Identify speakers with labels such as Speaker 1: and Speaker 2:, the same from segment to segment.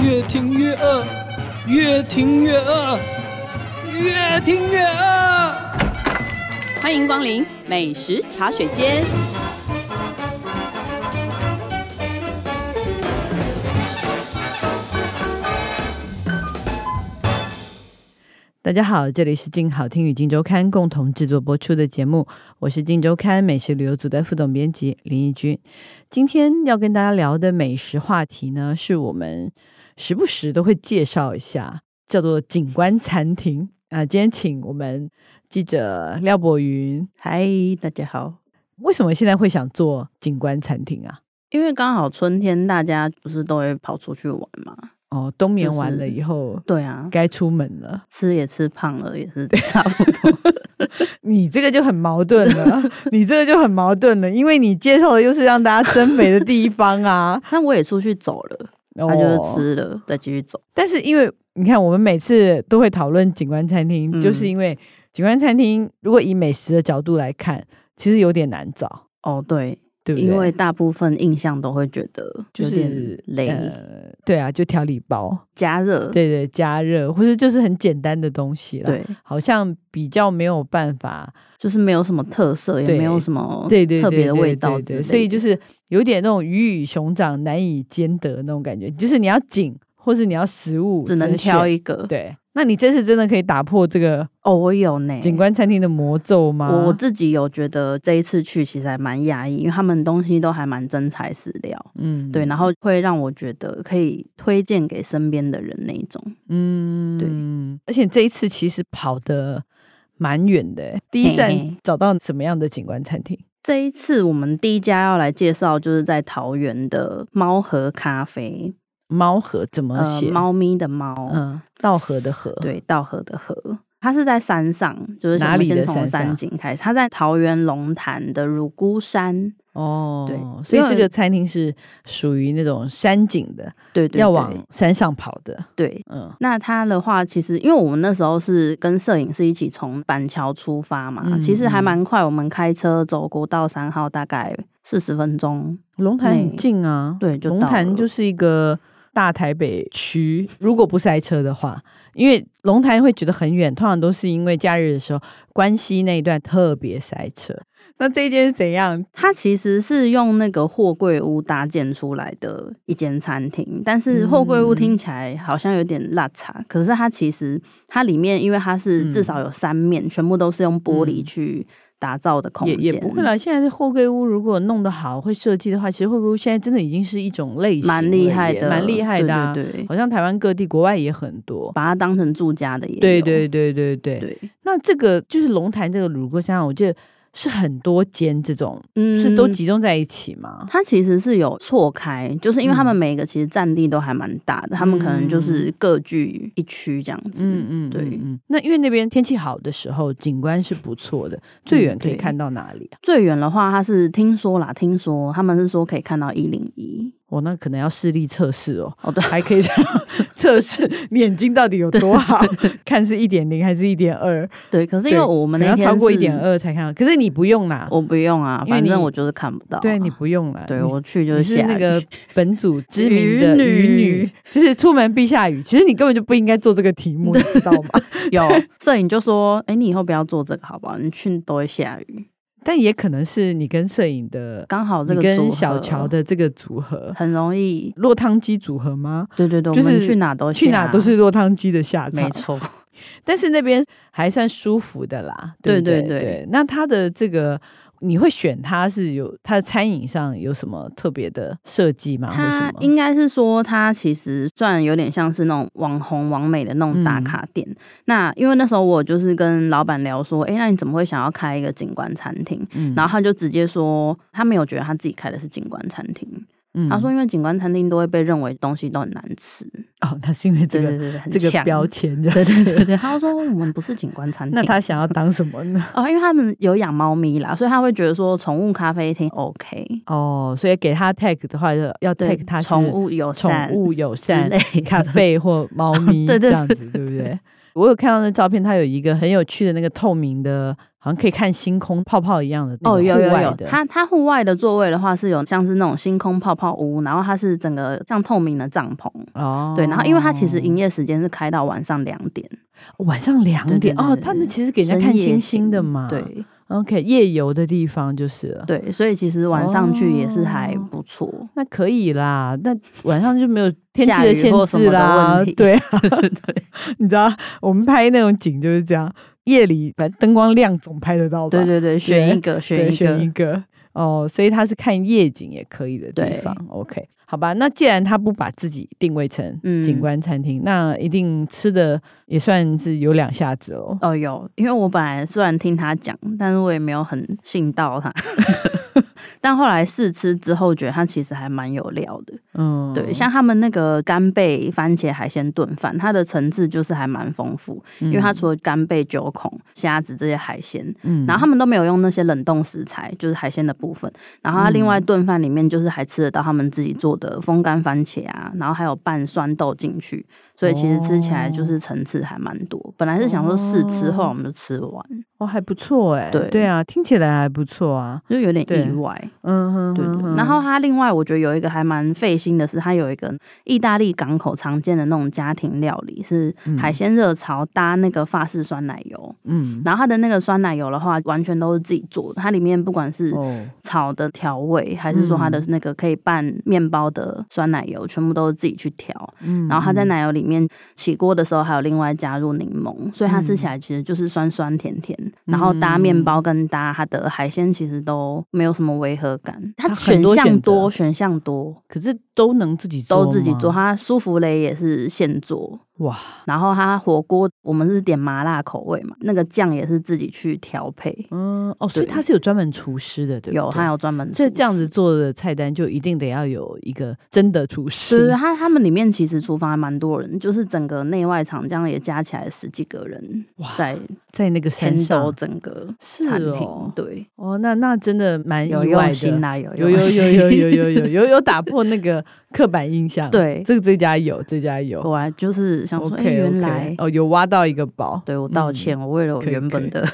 Speaker 1: 越听越饿，越听越饿，越听越饿。
Speaker 2: 欢迎光临美食茶水间。
Speaker 3: 大家好，这里是静好听与静周刊共同制作播出的节目，我是静周刊美食旅游组的副总编辑林义君。今天要跟大家聊的美食话题呢，是我们时不时都会介绍一下，叫做景观餐厅啊、今天请我们记者廖博云，
Speaker 4: 嗨，大家好。
Speaker 3: 为什么现在会想做景观餐厅啊？
Speaker 4: 因为刚好春天，大家不是都会跑出去玩嘛？
Speaker 3: 哦，冬眠
Speaker 4: 就是
Speaker 3: 完了以后，
Speaker 4: 对啊，
Speaker 3: 该出门了，
Speaker 4: 吃也吃胖了，也是差不多。
Speaker 3: 你这个就很矛盾了， 你这个就很矛盾了，因为你介绍的又是让大家增肥的地方 啊，
Speaker 4: 那我也出去走了，
Speaker 3: 他
Speaker 4: 他就是吃了，再继续走。
Speaker 3: 但是因为你看，我们每次都会讨论景观餐厅，
Speaker 4: 嗯
Speaker 3: 就是因为景观餐厅如果以美食的角度来看，其实有点难找，
Speaker 4: 哦，对，
Speaker 3: 对不对？
Speaker 4: 因为大部分印象都会觉得
Speaker 3: 就
Speaker 4: 有点
Speaker 3: 是
Speaker 4: 累、
Speaker 3: 呃，对啊，就调理包，
Speaker 4: 加热。
Speaker 3: 对对，加热或者就是很简单的东西啦，，
Speaker 4: 嗯对，
Speaker 3: 好像比较没有办法，
Speaker 4: 就是没有什么特色，也
Speaker 3: 对
Speaker 4: 没有什么
Speaker 3: 对对对
Speaker 4: 哦特别的
Speaker 3: 对
Speaker 4: 味
Speaker 3: 对
Speaker 4: 道之
Speaker 3: 对
Speaker 4: 类的
Speaker 3: 所以就是有点那种鱼与熊掌难以兼得那种感觉，就是你要景，或是你要食物，
Speaker 4: 只能挑
Speaker 3: 选
Speaker 4: 一个。
Speaker 3: 对。那你这次真的可以打破这个
Speaker 4: 哦，我有呢，
Speaker 3: 景观餐厅的魔咒吗？
Speaker 4: 我我自己有觉得这一次去其实还蛮压抑，因为他们东西都还蛮真材实料。
Speaker 3: 嗯
Speaker 4: 对，然后会让我觉得可以推荐给身边的人那一种。
Speaker 3: 嗯，对，而且这一次其实跑的蛮远的欸，第一
Speaker 4: 嘿
Speaker 3: 站
Speaker 4: 嘿
Speaker 3: 找到什么样的景观餐厅？
Speaker 4: 这一次我们第一家要来介绍，就是在桃园的猫河咖啡，
Speaker 3: 猫河怎么
Speaker 4: 呃，
Speaker 3: 写？
Speaker 4: 猫咪的猫，
Speaker 3: 嗯，道河的河，，
Speaker 4: 对，稻河的河。它是在山上，就是
Speaker 3: 哪
Speaker 4: 我们
Speaker 3: 里的
Speaker 4: 先从
Speaker 3: 山上
Speaker 4: 山景开始。它在桃园龙潭的乳姑山，
Speaker 3: 哦，
Speaker 4: 对
Speaker 3: 所以
Speaker 4: 因为
Speaker 3: 这个餐厅是属于那种山景的，
Speaker 4: 对对对，
Speaker 3: 要往山上跑的，
Speaker 4: 对。
Speaker 3: 嗯，
Speaker 4: 那它的话，其实因为我们那时候是跟摄影师一起从板桥出发嘛，
Speaker 3: 嗯
Speaker 4: 其实还
Speaker 3: 嗯
Speaker 4: 蛮快。我们开车走国道三号大概四十分钟，
Speaker 3: 龙潭很
Speaker 4: 内
Speaker 3: 近啊，
Speaker 4: 对就
Speaker 3: 龙
Speaker 4: 到
Speaker 3: 潭
Speaker 4: 了
Speaker 3: 就是一个大台北区，如果不塞车的话，因为龙潭会觉得很远，通常都是因为假日的时候，关西那一段特别塞 车。那这一间是怎样？
Speaker 4: 它其实是用那个货柜屋搭建出来的一间餐厅，但是货柜屋
Speaker 3: 嗯
Speaker 4: 听起来好像有点辣茶，可是它其实它里面因为它
Speaker 3: 嗯
Speaker 4: 是至少有三面，全部都是用玻璃
Speaker 3: 嗯
Speaker 4: 去打造的空
Speaker 3: 也
Speaker 4: 间，
Speaker 3: 也不会啦。现在的货柜屋如果弄得好，会设计的话，其实货柜屋现在真的已经是一种类型了耶，
Speaker 4: 蛮厉害的，
Speaker 3: 蛮厉害的、啊。
Speaker 4: 对对对，
Speaker 3: 好像台湾各地、国外也很多。
Speaker 4: 把它当成住家的也有，
Speaker 3: 对对对对对。
Speaker 4: 对，
Speaker 3: 那这个就是龙潭这个乳鸽山，我记得是很多间这种，
Speaker 4: 嗯
Speaker 3: 是都集中在一起吗？
Speaker 4: 它其实是有错开，就是因为他们
Speaker 3: 嗯
Speaker 4: 每个其实占地都还蛮大的，他们可能就
Speaker 3: 嗯
Speaker 4: 是各据一区这样子，
Speaker 3: 嗯嗯，
Speaker 4: 对
Speaker 3: 嗯嗯。那因为那边天气好的时候，景观是不错的，最远可以
Speaker 4: 嗯对
Speaker 3: 看到哪里啊？
Speaker 4: 最远的话，他是听说啦，听说他们是说可以看到一零一。
Speaker 3: 我、那可能要视力测试哦，
Speaker 4: 哦，对，
Speaker 3: 还可以 测试你眼睛到底有多好， 看是一点零还是一点二，
Speaker 4: 对，可是因
Speaker 3: 对
Speaker 4: 为我
Speaker 3: 可
Speaker 4: 们
Speaker 3: 能
Speaker 4: 那
Speaker 3: 要
Speaker 4: 天
Speaker 3: 超过
Speaker 4: 是
Speaker 3: 一点，二才看到。可是你不用啦，
Speaker 4: 我不用啊，
Speaker 3: 因为
Speaker 4: 反
Speaker 3: 你
Speaker 4: 正我就是看不到啊、
Speaker 3: 对你不用啦，
Speaker 4: 对
Speaker 3: 你
Speaker 4: 我去就
Speaker 3: 你
Speaker 4: 是
Speaker 3: 是
Speaker 4: 下
Speaker 3: 那
Speaker 4: 雨
Speaker 3: 个 本组知名的渔
Speaker 4: 渔女
Speaker 3: 女，就是出门必下雨。其实你根本就不应该做这个题 目，你知道吗？
Speaker 4: 有摄影就说，哎、你以后不要做这个好不好？你去都会下雨。
Speaker 3: 但也可能是你跟摄影的，
Speaker 4: 刚好这
Speaker 3: 你
Speaker 4: 个组
Speaker 3: 跟
Speaker 4: 合
Speaker 3: 小乔的这个组合，
Speaker 4: 很容易，
Speaker 3: 落汤鸡组合吗？
Speaker 4: 对对哦对，
Speaker 3: 就是
Speaker 4: 我们去哪都
Speaker 3: 去哪
Speaker 4: 下啊
Speaker 3: 都是落汤鸡的下场
Speaker 4: 没，错。
Speaker 3: 但是那边还算舒服的啦。不
Speaker 4: 对
Speaker 3: 对
Speaker 4: 对对
Speaker 3: 那它的这个你会选它是有它的餐饮上有什么特别的设计吗？或啊什
Speaker 4: 它
Speaker 3: 么？
Speaker 4: 应该是说，它其实算有点像是那种网红、网美的那种打
Speaker 3: 嗯
Speaker 4: 卡店。那因为那时候我就是跟老板聊说，哎、那你怎么会想要开一个景观餐厅？
Speaker 3: 嗯
Speaker 4: 然后他就直接说，他没有觉得他自己开的是景观餐厅。
Speaker 3: 嗯
Speaker 4: 他说，因为景观餐厅都会被认为东西都很难吃，
Speaker 3: 哦，他是因为这
Speaker 4: 对
Speaker 3: 个
Speaker 4: 对对对，很
Speaker 3: 这个
Speaker 4: 呛
Speaker 3: 标。签， 对
Speaker 4: 对对对对，他就说我们不是景观餐厅。
Speaker 3: 那他想要当什么 呢？
Speaker 4: 哦，因为他们有养猫咪啦，所以他会觉得说宠物咖啡厅 OK，
Speaker 3: 哦，所以给他 tag 的话，就要
Speaker 4: 对
Speaker 3: tag 他，是
Speaker 4: 宠物友
Speaker 3: 宠
Speaker 4: 善
Speaker 3: 物友
Speaker 4: 之
Speaker 3: 善
Speaker 4: 类的
Speaker 3: 咖啡或猫咪
Speaker 4: 对
Speaker 3: 这
Speaker 4: 啊对
Speaker 3: 样
Speaker 4: 对
Speaker 3: 子，对不对？我有看到那照片，它有一个很有趣的那个透明的，好像可以看星空泡泡一样的那个
Speaker 4: 哦，有
Speaker 3: 户
Speaker 4: 有
Speaker 3: 外
Speaker 4: 有，
Speaker 3: 的
Speaker 4: 它它户外的座位的话是有像是那种星空泡泡屋，然后它是整个像透明的帐篷，
Speaker 3: 哦，
Speaker 4: 对，然后因为它其实营业时间是开到晚上两点，
Speaker 3: 晚上两
Speaker 4: 对对
Speaker 3: 点
Speaker 4: 对
Speaker 3: 哦，
Speaker 4: 对
Speaker 3: 他们其实给人
Speaker 4: 深
Speaker 3: 家看
Speaker 4: 夜
Speaker 3: 星星的嘛，
Speaker 4: 对
Speaker 3: ，OK，夜游的地方就是了。
Speaker 4: 对，所以其实晚上去也是还
Speaker 3: 哦
Speaker 4: 不错。
Speaker 3: 那可以啦，那晚上就没 有天气
Speaker 4: 下
Speaker 3: 的
Speaker 4: 雨
Speaker 3: 限
Speaker 4: 或什
Speaker 3: 制
Speaker 4: 么的
Speaker 3: 啦
Speaker 4: 问题。
Speaker 3: 对啊， 对，你知道我们拍那种景就是这样，夜里反正灯光亮总拍得到吧？
Speaker 4: 对对对，选一个
Speaker 3: 对
Speaker 4: 选一
Speaker 3: 选一
Speaker 4: 个，
Speaker 3: 个哦，所以他是看夜景也可以的地
Speaker 4: 对
Speaker 3: 方。OK，好吧，那既然他不把自己定位成
Speaker 4: 嗯
Speaker 3: 景观餐厅，那一定吃的也算是有两下子哦。
Speaker 4: 哦有，因为我本来虽然听他讲，但是我也没有很信 到他，但后来试吃之后觉得他其实还蛮有料的。
Speaker 3: 嗯，
Speaker 4: 对，像他们那个干贝番茄海鲜炖饭，它的层次就是还蛮丰富，因为它除了干贝、九孔、虾子这些海鲜，
Speaker 3: 嗯，
Speaker 4: 然后他们都没有用那些冷冻食材，就是海鲜的部分。然后它另外
Speaker 3: 嗯
Speaker 4: 炖饭里面就是还吃得到他们自己做的风干番茄啊，然后还有拌酸豆进去，所以其实吃起来
Speaker 3: 哦
Speaker 4: 就是层次还蛮多。本来是想说试吃，后来我们就吃完，
Speaker 3: 哦还不错哎，
Speaker 4: 对
Speaker 3: 对啊，听起来还不错啊。
Speaker 4: 就有点
Speaker 3: 对
Speaker 4: 意外。
Speaker 3: 嗯哼
Speaker 4: 对
Speaker 3: 哼
Speaker 4: 对
Speaker 3: 哼，
Speaker 4: 然后它另外我觉得有一个还蛮费心的是，它有一个意大利港口常见的那种家庭料理，是海鲜热潮搭那个法式酸奶油。
Speaker 3: 嗯
Speaker 4: 然后它的那个酸奶油的话，完全都是自己做的，它里面不管是
Speaker 3: 哦嗯
Speaker 4: 炒的调味，还是说它的那个可以拌面包的酸奶油，全部都是自己去调。
Speaker 3: 嗯
Speaker 4: 然后它在奶油里面起锅的时候，还有另外加入柠檬，所以它吃
Speaker 3: 嗯
Speaker 4: 起来其实就是酸酸甜甜。然后搭面包跟搭它的海鲜，其实都没有什么违和感。它
Speaker 3: 它很
Speaker 4: 选
Speaker 3: 多选
Speaker 4: 项
Speaker 3: 择
Speaker 4: 多，选项多，
Speaker 3: 可是都能自己做
Speaker 4: 都自己
Speaker 3: 吗
Speaker 4: 做。它舒芙蕾也是现做，
Speaker 3: 哇，
Speaker 4: 然后它火锅我们是点麻辣口味嘛，那个酱也是自己去调配。
Speaker 3: 嗯哦，所以
Speaker 4: 对
Speaker 3: 他是有专门厨师的，对不
Speaker 4: 有，
Speaker 3: 对
Speaker 4: 它有专门
Speaker 3: 这
Speaker 4: 厨
Speaker 3: 这样
Speaker 4: 师
Speaker 3: 子做的菜单就一定得要有一个真的厨
Speaker 4: 对对，
Speaker 3: 师
Speaker 4: 对，他他们里面其实厨房还蛮多人，就是整个内外场这样也加起来十几个人在
Speaker 3: 在那个山
Speaker 4: handle
Speaker 3: 上。
Speaker 4: 整个
Speaker 3: 是
Speaker 4: 产品。
Speaker 3: 哦，
Speaker 4: 对，
Speaker 3: 哦，那那真的蛮
Speaker 4: 有
Speaker 3: 意外
Speaker 4: 用心
Speaker 3: 的。
Speaker 4: 啦，有
Speaker 3: 有
Speaker 4: 用
Speaker 3: 有有有 有
Speaker 4: 心。
Speaker 3: 有有有有打破那个刻板印象。，
Speaker 4: 对，
Speaker 3: 这个这家有，这家有。
Speaker 4: 我还就是想说，哎，
Speaker 3: OK
Speaker 4: 原
Speaker 3: OK，
Speaker 4: 来
Speaker 3: 哦，有挖到一个宝。
Speaker 4: 对我道
Speaker 3: 嗯
Speaker 4: 歉，我为了我
Speaker 3: 可以
Speaker 4: 原
Speaker 3: 可以
Speaker 4: 本的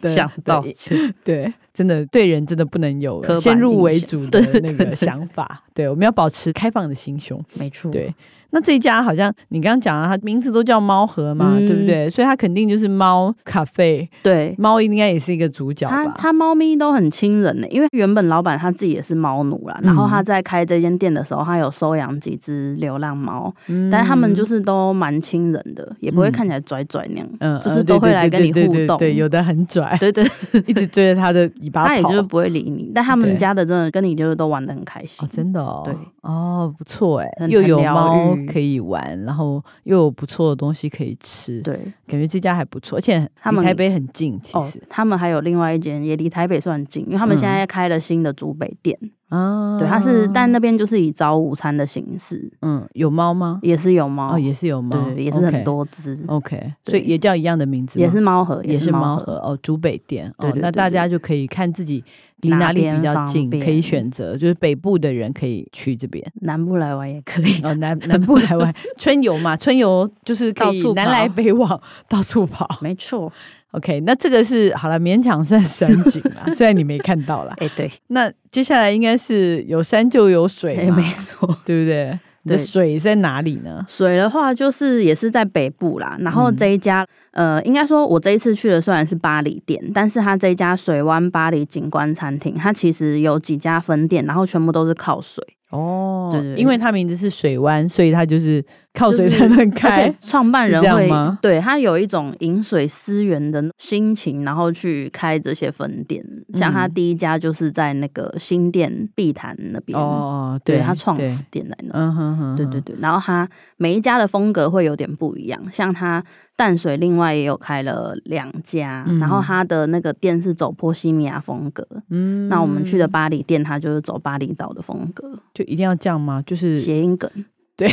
Speaker 3: 对
Speaker 4: 想
Speaker 3: 对
Speaker 4: 道歉。
Speaker 3: 对，真的对人真的不能有
Speaker 4: 刻板
Speaker 3: 先入为
Speaker 4: 印象
Speaker 3: 主的
Speaker 4: 对对
Speaker 3: 那
Speaker 4: 对
Speaker 3: 个
Speaker 4: 对嗯
Speaker 3: 想法。对，我们要保持开放的心胸。
Speaker 4: 没错，
Speaker 3: 对，那这一家好像你刚刚讲啊了，它名字都叫猫盒嘛，
Speaker 4: 嗯
Speaker 3: 对不对？所以它肯定就是猫咖啡，
Speaker 4: 对。
Speaker 3: 猫应该也是一个主角
Speaker 4: 他
Speaker 3: 吧？
Speaker 4: 他猫咪都很亲人呢、因为原本老板他自己也是猫奴啦，然后
Speaker 3: 嗯
Speaker 4: 他在开这间店的时候，他有收养几只流浪猫，
Speaker 3: 嗯
Speaker 4: 但是他们就是都蛮亲人的，也不会看起来拽拽那样，
Speaker 3: 嗯嗯
Speaker 4: 就是都
Speaker 3: 对
Speaker 4: 会
Speaker 3: 对
Speaker 4: 来
Speaker 3: 对
Speaker 4: 跟你
Speaker 3: 对
Speaker 4: 互
Speaker 3: 对
Speaker 4: 动。
Speaker 3: 对，有的很拽，
Speaker 4: 对对，
Speaker 3: 一直追着它的尾巴
Speaker 4: 他也
Speaker 3: 跑。
Speaker 4: 就是不会理你，但他
Speaker 3: 对
Speaker 4: 们家的真的跟你就是都玩的很开心。
Speaker 3: 哦，真的哦，
Speaker 4: 对，
Speaker 3: 哦，不错哎，
Speaker 4: 很
Speaker 3: 又有
Speaker 4: 很疗
Speaker 3: 猫
Speaker 4: 愈
Speaker 3: 可以玩，然后又有不错的东西可以吃，
Speaker 4: 对
Speaker 3: 感觉这家还不错，而且
Speaker 4: 他
Speaker 3: 离
Speaker 4: 们
Speaker 3: 台北很近，其
Speaker 4: 哦
Speaker 3: 实，
Speaker 4: 他们还有另外一间也离台北算近，因为他们
Speaker 3: 嗯
Speaker 4: 现在开了新的竹北店，
Speaker 3: 啊，
Speaker 4: 对，它是但那边就是以早午餐的形式，
Speaker 3: 嗯，有猫吗？
Speaker 4: 也是有猫，
Speaker 3: 哦，也是有猫，
Speaker 4: 对，也是很。多只，
Speaker 3: OK，
Speaker 4: 对
Speaker 3: 所以也叫一样的名字吗，
Speaker 4: 也是猫盒，
Speaker 3: 也是
Speaker 4: 是
Speaker 3: 猫
Speaker 4: 盒，
Speaker 3: 河哦，竹北店
Speaker 4: 对
Speaker 3: 哦，
Speaker 4: 对
Speaker 3: 那
Speaker 4: 对
Speaker 3: 大
Speaker 4: 对
Speaker 3: 家就可以看自己离
Speaker 4: 哪
Speaker 3: 哪里比
Speaker 4: 边
Speaker 3: 较
Speaker 4: 方
Speaker 3: 近，可以
Speaker 4: 便
Speaker 3: 选择，就是北部的人可以去这边
Speaker 4: 南部来玩也可以。
Speaker 3: 哦，南南部来 玩春游嘛，春游就是可
Speaker 4: 到
Speaker 3: 以
Speaker 4: 处
Speaker 3: 南来
Speaker 4: 跑
Speaker 3: 北往，到处 跑。
Speaker 4: 没错，
Speaker 3: OK，那这个是好了，勉强算山景 啦，虽然你没看到啦。
Speaker 4: 哎、对，
Speaker 3: 那接下来应该是有山就有
Speaker 4: 哎、
Speaker 3: 水嘛
Speaker 4: 没，错。
Speaker 3: 对不对？你的
Speaker 4: 对
Speaker 3: 水在哪里呢？
Speaker 4: 水的话，就是也是在北部啦。然后
Speaker 3: 嗯
Speaker 4: 这一家，呃，应该说，我这一次去的虽然是巴黎店，但是它这一家水湾巴黎景观餐厅，它其实有几家分店，然后全部都是靠水，
Speaker 3: 哦
Speaker 4: 对对对
Speaker 3: 因为它名字是水湾，所以它就是靠
Speaker 4: 就
Speaker 3: 水
Speaker 4: 是
Speaker 3: 才能
Speaker 4: 而
Speaker 3: 开
Speaker 4: 且。创办人
Speaker 3: 是这样
Speaker 4: 会
Speaker 3: 吗
Speaker 4: 对他有一种饮水思源的心情，然后去开这些分店。
Speaker 3: 嗯
Speaker 4: 像他第一家就是在那个新店碧潭那边，
Speaker 3: 哦，
Speaker 4: 对
Speaker 3: 对
Speaker 4: 他创
Speaker 3: 对
Speaker 4: 始店在那。
Speaker 3: 嗯哼哼，
Speaker 4: 对对对，然后他每一家的风格会有点不一样，像他淡水另外也有开了两家，
Speaker 3: 嗯
Speaker 4: 然后他的那个店是走波西米亚风格，
Speaker 3: 嗯
Speaker 4: 那我们去的巴黎店，它就是走巴厘岛的风格，
Speaker 3: 就一定要这样吗？就是
Speaker 4: 谐音梗
Speaker 3: 对，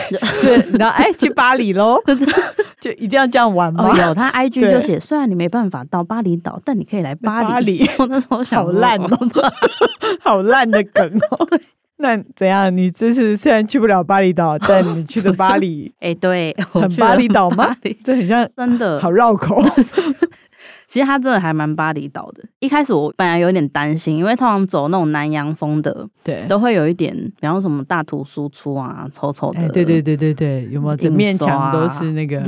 Speaker 3: 你知道，哎，去巴黎喽， 就一定要这样玩吗？
Speaker 4: 哦， 有他 IG
Speaker 3: 对
Speaker 4: 就写，虽然你没办法到巴厘岛，但你可以来巴黎。
Speaker 3: 巴黎
Speaker 4: 我那时候想
Speaker 3: 好烂哦
Speaker 4: 哦，
Speaker 3: 好烂的梗哦。那怎样？你这次虽然去不了巴厘岛，但你去的巴黎
Speaker 4: 哎、对，我
Speaker 3: 很
Speaker 4: 去了
Speaker 3: 巴厘岛吗
Speaker 4: 巴黎？
Speaker 3: 这很像，
Speaker 4: 真的
Speaker 3: 好绕口。
Speaker 4: 其实它真的还蛮巴厘岛的。一开始我本来有点担心，因为通常走那种南洋风的，
Speaker 3: 对，
Speaker 4: 都会有一点，比方说什么大图输出啊，丑丑的、
Speaker 3: 哎，对对对对对，有没有？
Speaker 4: 印刷啊
Speaker 3: 整面墙都是那个，啊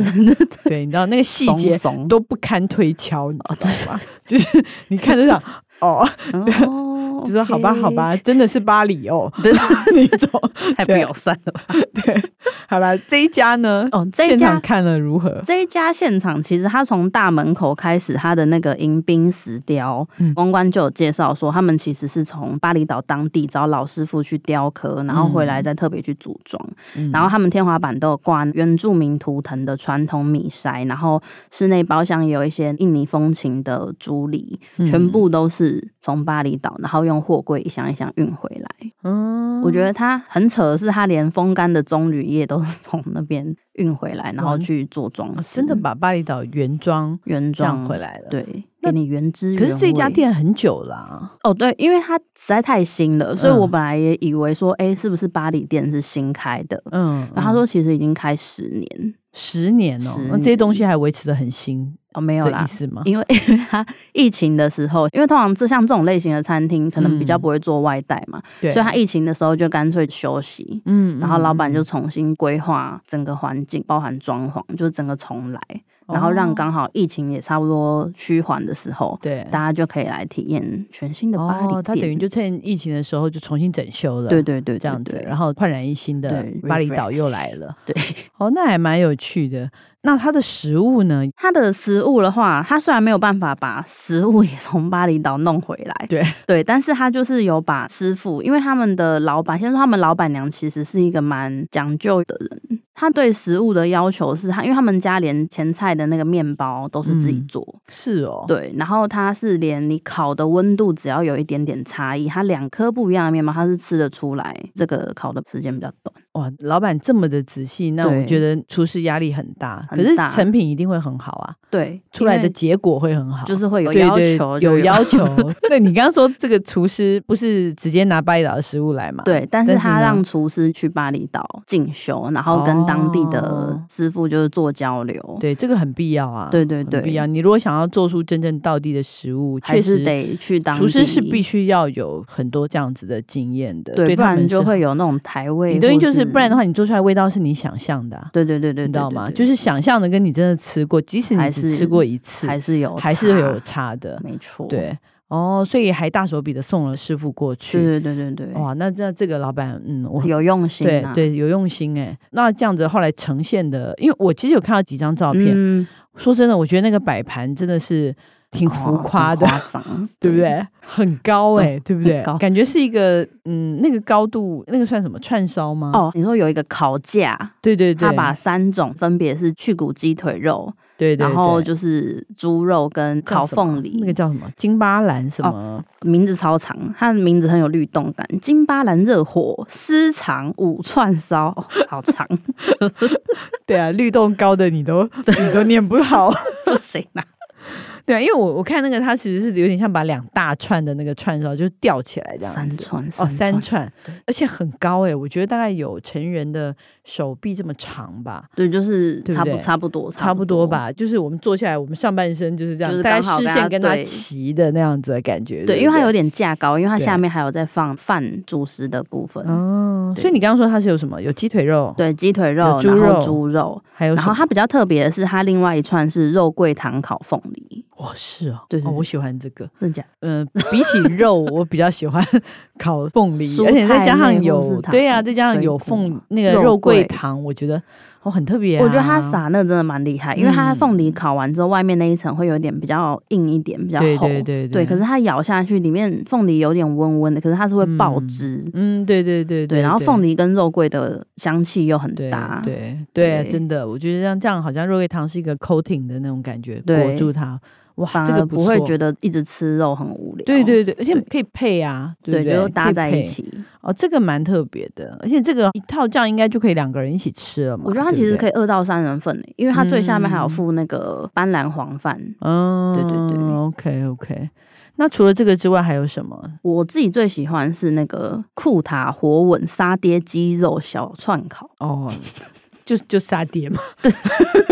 Speaker 3: 对，你哦知道那个细
Speaker 4: 怂
Speaker 3: 节
Speaker 4: 怂
Speaker 3: 都不堪推敲，你
Speaker 4: 啊
Speaker 3: 知道吗？就是你看 这场，哦，
Speaker 4: 哦
Speaker 3: 就说好吧，好，吧，真的是巴黎哦
Speaker 4: 对，
Speaker 3: 那种。
Speaker 4: 太不
Speaker 3: 对
Speaker 4: 友善了吧。
Speaker 3: 对，好了，这一家呢，
Speaker 4: 哦，这一
Speaker 3: 现场
Speaker 4: 家
Speaker 3: 看了如何？
Speaker 4: 这一家现场其实他从大门口开始，他的那个迎宾石雕，
Speaker 3: 嗯
Speaker 4: 公关就有介绍说，他们其实是从巴厘岛当地找老师傅去雕刻，然后
Speaker 3: 嗯
Speaker 4: 回来再特别去组装。然后他们天花板都有挂原住民图腾的传统米筛，然后室内包厢也有一些印尼风情的竹篱，
Speaker 3: 嗯
Speaker 4: 全部都是从巴厘岛，然后用货柜一箱一箱运回来。
Speaker 3: 嗯，
Speaker 4: 我觉得它很扯的是，它连风干的棕榈叶都是从那边运回来，然后去做装
Speaker 3: 哦
Speaker 4: 饰、
Speaker 3: 真的把巴厘岛原装
Speaker 4: 原
Speaker 3: 这样
Speaker 4: 装
Speaker 3: 回来了。，
Speaker 4: 对，
Speaker 3: 那
Speaker 4: 给你原汁原
Speaker 3: 可
Speaker 4: 味。
Speaker 3: 是这家店很久了啊、
Speaker 4: 哦，对，因为它实在太新了，所以
Speaker 3: 嗯
Speaker 4: 我本来也以为说，哎、是不是巴黎店是新开的？
Speaker 3: 嗯，
Speaker 4: 然后他说其实已经开十年
Speaker 3: 十年哦、
Speaker 4: 十
Speaker 3: 那这些东西还维持的很新
Speaker 4: 哦，没有
Speaker 3: 的
Speaker 4: 啦
Speaker 3: 意，思吗？
Speaker 4: 因为 因为它疫情的时候，因为通常这像这种类型的餐厅可能比较
Speaker 3: 嗯
Speaker 4: 不会做外带嘛，
Speaker 3: 对，
Speaker 4: 所以它疫情的时候就干脆休息。
Speaker 3: 嗯，
Speaker 4: 然后老板
Speaker 3: 嗯
Speaker 4: 就重新规划整个环境，包含装潢，就整个重来，然后
Speaker 3: 哦
Speaker 4: 让刚好疫情也差不多趋缓的时候，
Speaker 3: 对
Speaker 4: 大家就可以来体验全新的巴黎店。
Speaker 3: 哦，他等于就趁疫情的时候就重新整修了，
Speaker 4: 对对对，对
Speaker 3: 这样子，
Speaker 4: 对
Speaker 3: 然后焕然一新的
Speaker 4: 对
Speaker 3: 巴厘
Speaker 4: refresh
Speaker 3: 岛又来了。
Speaker 4: 对
Speaker 3: 哦，那还蛮有趣的。那它的食物呢？
Speaker 4: 它的食物的话，它虽然没有办法把食物也从巴厘岛弄回来，
Speaker 3: 对
Speaker 4: 对，但是它就是有把师傅，因为他们的老板，先说他们老板娘其实是一个蛮讲究的人，她对食物的要求是她，因为他们家连前菜的那个面包都是自己
Speaker 3: 嗯
Speaker 4: 做，
Speaker 3: 是哦，，
Speaker 4: 对，然后它是连你烤的温度只要有一点点差异，它两颗不一样的面包，它是吃得出来，这个烤的时间比较短。
Speaker 3: 哇，老板这么的仔细，那我
Speaker 4: 对
Speaker 3: 觉得厨师压力很大，可
Speaker 4: 很
Speaker 3: 是
Speaker 4: 大
Speaker 3: 成品一定会很好啊，
Speaker 4: 对，
Speaker 3: 出来
Speaker 4: 因
Speaker 3: 的
Speaker 4: 为
Speaker 3: 结果会很好。
Speaker 4: 就是会有
Speaker 3: 对
Speaker 4: 要
Speaker 3: 对
Speaker 4: 求，
Speaker 3: 有 要
Speaker 4: 求。
Speaker 3: 求。 那你刚刚说这个厨师不是直接拿巴厘岛的食物来嘛？，
Speaker 4: 对，但是
Speaker 3: 但是呢
Speaker 4: 他让厨师去巴厘岛进修，然后跟当地的
Speaker 3: 哦
Speaker 4: 师傅就是做交流。
Speaker 3: 对，这个很必要啊，
Speaker 4: 对对
Speaker 3: 很
Speaker 4: 对
Speaker 3: 必要。你如果想要做出真正道地的食物，
Speaker 4: 还
Speaker 3: 确
Speaker 4: 是
Speaker 3: 实
Speaker 4: 得去当地
Speaker 3: 厨师是必须要有很多这样子的经验的，
Speaker 4: 对，不
Speaker 3: 他
Speaker 4: 然
Speaker 3: 们
Speaker 4: 就是会有那种台位或。
Speaker 3: 你等于就是不然的话，你做出来味道是你想象的啊、
Speaker 4: 对，对对对对，
Speaker 3: 你知道
Speaker 4: 对
Speaker 3: 吗？
Speaker 4: 对
Speaker 3: 就是想象的跟你真的吃过，即使你
Speaker 4: 还
Speaker 3: 只
Speaker 4: 是
Speaker 3: 吃过一次，
Speaker 4: 还是有
Speaker 3: 还是会有
Speaker 4: 差，
Speaker 3: 差的，
Speaker 4: 没错。
Speaker 3: 对。哦，所以还大手笔的送了师傅过去，
Speaker 4: 对对对对对，
Speaker 3: 哇，那这这个老板，嗯，我
Speaker 4: 有用心
Speaker 3: 对
Speaker 4: 啊，
Speaker 3: 对有用心哎。那这样子后来呈现的，因为我其实有看到几张照片，
Speaker 4: 嗯，
Speaker 3: 说真的，我觉得那个摆盘真的是挺浮
Speaker 4: 哇
Speaker 3: 夸
Speaker 4: 很
Speaker 3: 的，
Speaker 4: 夸张，
Speaker 3: 对不？对？很高哎、对不对
Speaker 4: 很高？
Speaker 3: 感觉是一个嗯，那个高度，那个算什么串烧吗？，
Speaker 4: 哦，你说有一个烤架，
Speaker 3: 对对对，
Speaker 4: 它把三种分别是去骨鸡腿肉，
Speaker 3: 对对对，
Speaker 4: 然后就是猪肉跟
Speaker 3: 叫
Speaker 4: 烤
Speaker 3: 什么啊
Speaker 4: 凤梨，
Speaker 3: 那个叫什么金巴兰什么？
Speaker 4: 名字超长，它的名字很有律动感。金巴兰热火私肠五串烧，哦好长，
Speaker 3: 对啊，律动高的你都 你都念不好。
Speaker 4: 不行啦。
Speaker 3: 对啊，因为我我看那个它其实是有点像把两大串的那个串烧就吊起来这样子
Speaker 4: 三串
Speaker 3: 哦，三
Speaker 4: 串，
Speaker 3: 串
Speaker 4: 对，
Speaker 3: 而且很高哎、我觉得大概有成人的手臂这么长吧，
Speaker 4: 对，就是
Speaker 3: 对不
Speaker 4: 差不
Speaker 3: 对
Speaker 4: 差不多，
Speaker 3: 差不多。吧。就是我们坐下来，我们上半身就是这样，
Speaker 4: 就是
Speaker 3: 大概
Speaker 4: 刚好
Speaker 3: 视
Speaker 4: 大
Speaker 3: 线
Speaker 4: 家
Speaker 3: 跟它
Speaker 4: 对
Speaker 3: 齐的那样子的感觉。
Speaker 4: 对，
Speaker 3: 不
Speaker 4: 因为它有点架高，因为它
Speaker 3: 对
Speaker 4: 下面还有在放饭主食的部分。
Speaker 3: 哦，所以
Speaker 4: 对
Speaker 3: 你刚刚说它是有什么？有鸡腿肉，，
Speaker 4: 对，鸡腿
Speaker 3: 有
Speaker 4: 肉，
Speaker 3: 猪
Speaker 4: 然
Speaker 3: 肉
Speaker 4: 后猪肉，
Speaker 3: 还有
Speaker 4: 然
Speaker 3: 什
Speaker 4: 后
Speaker 3: 么？
Speaker 4: 它比较特别的是，它另外一串是肉桂糖烤凤梨，
Speaker 3: 哦，是哦，
Speaker 4: 对对
Speaker 3: 哦，
Speaker 4: 对
Speaker 3: 我喜欢这个。
Speaker 4: 真假？
Speaker 3: 嗯，比起肉，我比较喜欢 烤凤梨，
Speaker 4: 蔬
Speaker 3: 而且再
Speaker 4: 菜
Speaker 3: 加上
Speaker 4: 类或
Speaker 3: 有
Speaker 4: 是糖
Speaker 3: 对啊呀、再加上
Speaker 4: 水
Speaker 3: 有
Speaker 4: 果
Speaker 3: 凤那个
Speaker 4: 肉
Speaker 3: 肉桂
Speaker 4: 桂
Speaker 3: 糖，我觉得哦很特别啊、
Speaker 4: 我觉得它撒那个真的蛮厉害，因为它凤梨烤完之后，外面那一层会有点比较硬一点，比较厚。
Speaker 3: 对对对
Speaker 4: 对，可是它咬下去，里面凤梨有点温温的，可是它是会爆
Speaker 3: 嗯
Speaker 4: 汁。
Speaker 3: 嗯，对对对
Speaker 4: 对，然后凤
Speaker 3: 梨
Speaker 4: 梨跟肉桂的香气又很
Speaker 3: 对
Speaker 4: 搭。
Speaker 3: 对对啊
Speaker 4: 对
Speaker 3: 真的，我觉得这样这样好像肉桂糖是一个 coating 的那种感觉，裹
Speaker 4: 对
Speaker 3: 住它，哇，
Speaker 4: 反
Speaker 3: 这个
Speaker 4: 而不会
Speaker 3: 错
Speaker 4: 觉得一直吃肉很无聊。
Speaker 3: 对对对，而且
Speaker 4: 哦对
Speaker 3: 可以配啊，对
Speaker 4: 对，
Speaker 3: 不对？
Speaker 4: 就搭
Speaker 3: 可以
Speaker 4: 在
Speaker 3: 配
Speaker 4: 一起。
Speaker 3: 哦，这个蛮特别的，而且这个一套酱应该就可以两个人一起吃了嘛。
Speaker 4: 我觉得它
Speaker 3: 对
Speaker 4: 其
Speaker 3: 不
Speaker 4: 实
Speaker 3: 对
Speaker 4: 可以二到三人份诶，因为它最下面还有
Speaker 3: 嗯
Speaker 4: 附那个斑斓黄饭。
Speaker 3: 嗯，
Speaker 4: 对对对
Speaker 3: ，OK OK。那除了这个之外还有什么？
Speaker 4: 我自己最喜欢是那个库塔火吻沙爹鸡肉小串烤，
Speaker 3: 哦，就就沙爹嘛，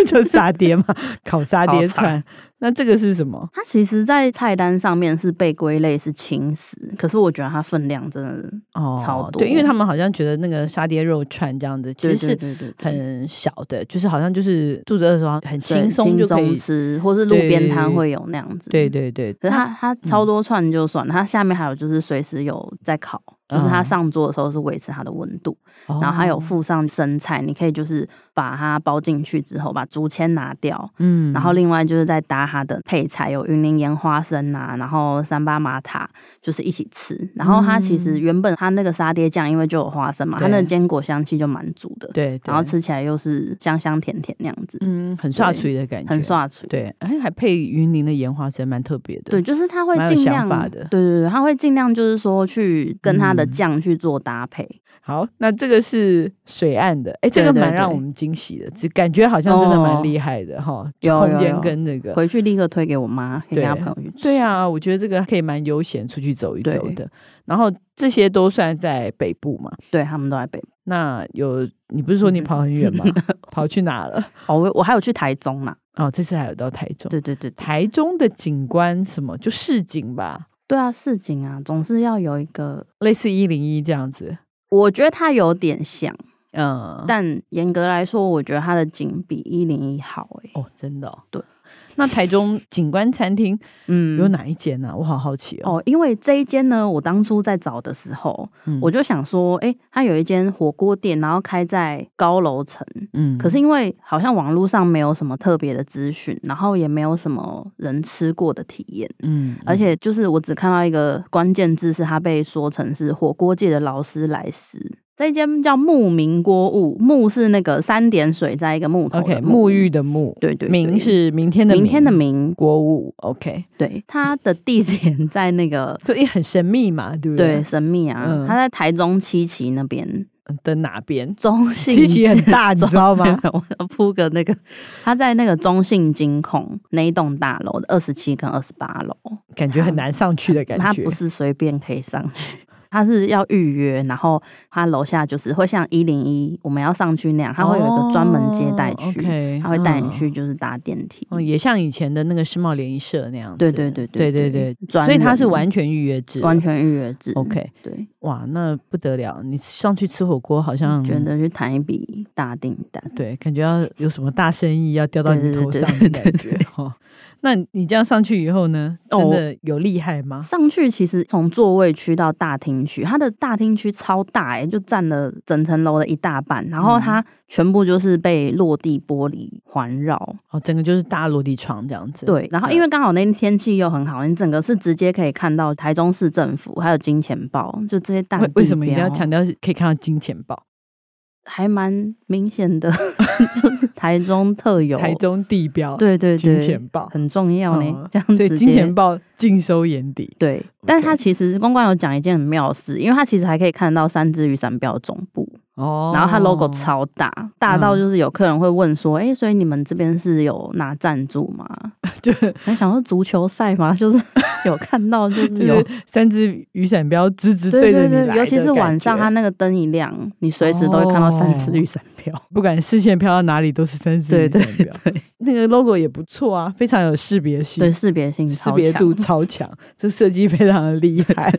Speaker 3: 就沙爹嘛，烤沙爹串。那这个是什么？
Speaker 4: 它其实，在菜单上面是被归类是轻食，可是我觉得它分量真的
Speaker 3: 哦
Speaker 4: 超多
Speaker 3: 对，因为他们好像觉得那个沙爹肉串这样子其实是
Speaker 4: 对对对对
Speaker 3: 很小的，就是好像就是肚子饿的时候很
Speaker 4: 对
Speaker 3: 轻松就可以
Speaker 4: 轻松。吃，或是路边摊会有那样子。
Speaker 3: 对嗯对对，
Speaker 4: 可是它它超多串就算，它下面还有就是随时有在烤，就是它
Speaker 3: 嗯
Speaker 4: 上桌的时候是维持它的温度，
Speaker 3: 哦
Speaker 4: 然后还有附上生菜，你可以就是把它包进去之后，把竹签拿掉，
Speaker 3: 嗯
Speaker 4: 然后另外就是再搭它的配菜，有云林盐花生啊，然后三八玛塔，就是一起吃。然后它其实原本它那个沙爹酱，因为就有花生嘛，它
Speaker 3: 嗯对
Speaker 4: 那个坚果香气就蛮足的，
Speaker 3: 对，对
Speaker 4: 然后吃起来又是香香甜甜那样子，
Speaker 3: 嗯很刷
Speaker 4: 对
Speaker 3: 嘴的感觉，
Speaker 4: 很刷嘴。
Speaker 3: 对，哎还配云林的盐花生，蛮特别的。
Speaker 4: 对，就是他会
Speaker 3: 蛮有
Speaker 4: 尽
Speaker 3: 想
Speaker 4: 量
Speaker 3: 法的
Speaker 4: 对对对，他会尽量就是说去跟他的
Speaker 3: 嗯
Speaker 4: 酱去做搭配，
Speaker 3: 好，那这个是水岸的，哎，这个
Speaker 4: 对对
Speaker 3: 蛮让
Speaker 4: 对
Speaker 3: 我们惊喜的，只感觉好像真的
Speaker 4: 哦
Speaker 3: 蛮厉害的哈，
Speaker 4: 有
Speaker 3: 空
Speaker 4: 有
Speaker 3: 间
Speaker 4: 有
Speaker 3: 跟那个。
Speaker 4: 回去立刻推给我妈，可以
Speaker 3: 对
Speaker 4: 跟她朋友去吃。
Speaker 3: 对，啊，我觉得这个可以蛮悠闲出去走一走
Speaker 4: 对
Speaker 3: 的。然后这些都算在北部嘛？
Speaker 4: 对他们都在北部。
Speaker 3: 那有你不是说你
Speaker 4: 嗯
Speaker 3: 跑很远 吗？跑去哪了？
Speaker 4: 哦，我我还有去台中啦。
Speaker 3: 哦，这次还有到台中。
Speaker 4: 对对对对，
Speaker 3: 台中的景观什么就市景吧，
Speaker 4: 对啊，市井啊，总是要有一个。
Speaker 3: 类似一零一这样子。
Speaker 4: 我觉得它有点像，
Speaker 3: 嗯，
Speaker 4: 但严格来说，我觉得它的景比一零一好欸诶、
Speaker 3: 哦，真的、哦、
Speaker 4: 对。
Speaker 3: 那台中景观餐厅
Speaker 4: 嗯，
Speaker 3: 有哪一间呢、我好好奇哦。
Speaker 4: 哦，因为这一间呢，我当初在找的时候，
Speaker 3: 嗯
Speaker 4: 我就想说，诶、它有一间火锅店，然后开在高楼层，
Speaker 3: 嗯
Speaker 4: 可是因为好像网络上没有什么特别的资讯，然后也没有什么人吃过的体验，
Speaker 3: 嗯，
Speaker 4: 而且就是我只看到一个关键字是它被说成是火锅界的劳斯莱斯。这一间叫牧民锅屋，牧是那个三点水在一个木头的
Speaker 3: OK，
Speaker 4: 木
Speaker 3: 沐浴的沐，
Speaker 4: 对对对
Speaker 3: 明是明天的
Speaker 4: 明天的明，
Speaker 3: 国务 OK，
Speaker 4: 对，它的地点在那个
Speaker 3: 所以很神秘嘛，对不
Speaker 4: 对神秘啊，
Speaker 3: 嗯
Speaker 4: 它在台中七期那边，
Speaker 3: 的哪边？
Speaker 4: 中信
Speaker 3: 七期很 大，你
Speaker 4: 中
Speaker 3: 知道吗？
Speaker 4: 我要铺个那个，他在那个中信金控那一栋大楼的二十七跟二十八楼，
Speaker 3: 感觉很难上去的感
Speaker 4: 它
Speaker 3: 觉
Speaker 4: 不。是随便可以上去，它是要预约，然后它楼下就是会像一零一我们要上去那样，它会有一个专门接待
Speaker 3: 哦
Speaker 4: 区，
Speaker 3: ，OK，
Speaker 4: 它会带你
Speaker 3: 嗯
Speaker 4: 去就是搭电梯。
Speaker 3: 哦，也像以前的那个世贸联谊社那样子。
Speaker 4: 对对对
Speaker 3: 对
Speaker 4: 对
Speaker 3: 对
Speaker 4: 对
Speaker 3: 对
Speaker 4: 专
Speaker 3: 所以它是
Speaker 4: 人
Speaker 3: 完全预约制的。
Speaker 4: 完全预约制
Speaker 3: OK
Speaker 4: 对，
Speaker 3: 哇，那不得了！你上去吃火锅，好像
Speaker 4: 嗯觉得去谈一笔大订单，
Speaker 3: 对，感觉要有什么大生意要掉到你
Speaker 4: 对对
Speaker 3: 头
Speaker 4: 对
Speaker 3: 上的
Speaker 4: 对
Speaker 3: 感
Speaker 4: 对
Speaker 3: 觉哈。那你这样上去以后呢，
Speaker 4: 哦
Speaker 3: 真的有厉害吗？
Speaker 4: 上去其实从座位区到大厅区，它的大厅区超大哎、就占了整层楼的一大半，然后它全部就是被落地玻璃环绕。
Speaker 3: 哦，整个就是大落地窗这样子。
Speaker 4: 对，然后因为刚好那天天气又很好，你整个是直接可以看到台中市政府还有金钱豹，就这些大
Speaker 3: 为为什么一定要
Speaker 4: 地标
Speaker 3: 强？调是可以看到金钱豹？
Speaker 4: 还蛮明显的， 就是台中特有，
Speaker 3: 台中地标，
Speaker 4: 对对
Speaker 3: 金
Speaker 4: 对，
Speaker 3: 钱豹
Speaker 4: 很重要呢、
Speaker 3: 嗯
Speaker 4: 这样
Speaker 3: 所
Speaker 4: 子
Speaker 3: 以金钱豹尽收眼底。
Speaker 4: 对，但是
Speaker 3: OK
Speaker 4: 它其实公关有讲一件很妙的事，因为它其实还可以看到三只雨伞标总部。
Speaker 3: 哦嗯
Speaker 4: 然后它 logo 超大，大到就是有客人会问说：“哎、所以你们这边是有拿赞助吗
Speaker 3: 就？”
Speaker 4: 还想说足球赛吗？ 就是有看到，就是
Speaker 3: 就
Speaker 4: 嗯有。
Speaker 3: 是三只雨伞标直直
Speaker 4: 对
Speaker 3: 着
Speaker 4: 对
Speaker 3: 你来
Speaker 4: 对，
Speaker 3: 的
Speaker 4: 尤其是晚上，它
Speaker 3: 感觉哦
Speaker 4: 那个灯一亮，你随时都会看到三只雨伞飘。
Speaker 3: 不管视线飘到哪里都是三只
Speaker 4: 对
Speaker 3: 雨伞
Speaker 4: 对
Speaker 3: 标。
Speaker 4: 对，
Speaker 3: 那个 logo 也不错啊，非常有识别性
Speaker 4: 对，识别性
Speaker 3: 识
Speaker 4: 超
Speaker 3: 别
Speaker 4: 强。
Speaker 3: 度超强，这设计非常的厉 害。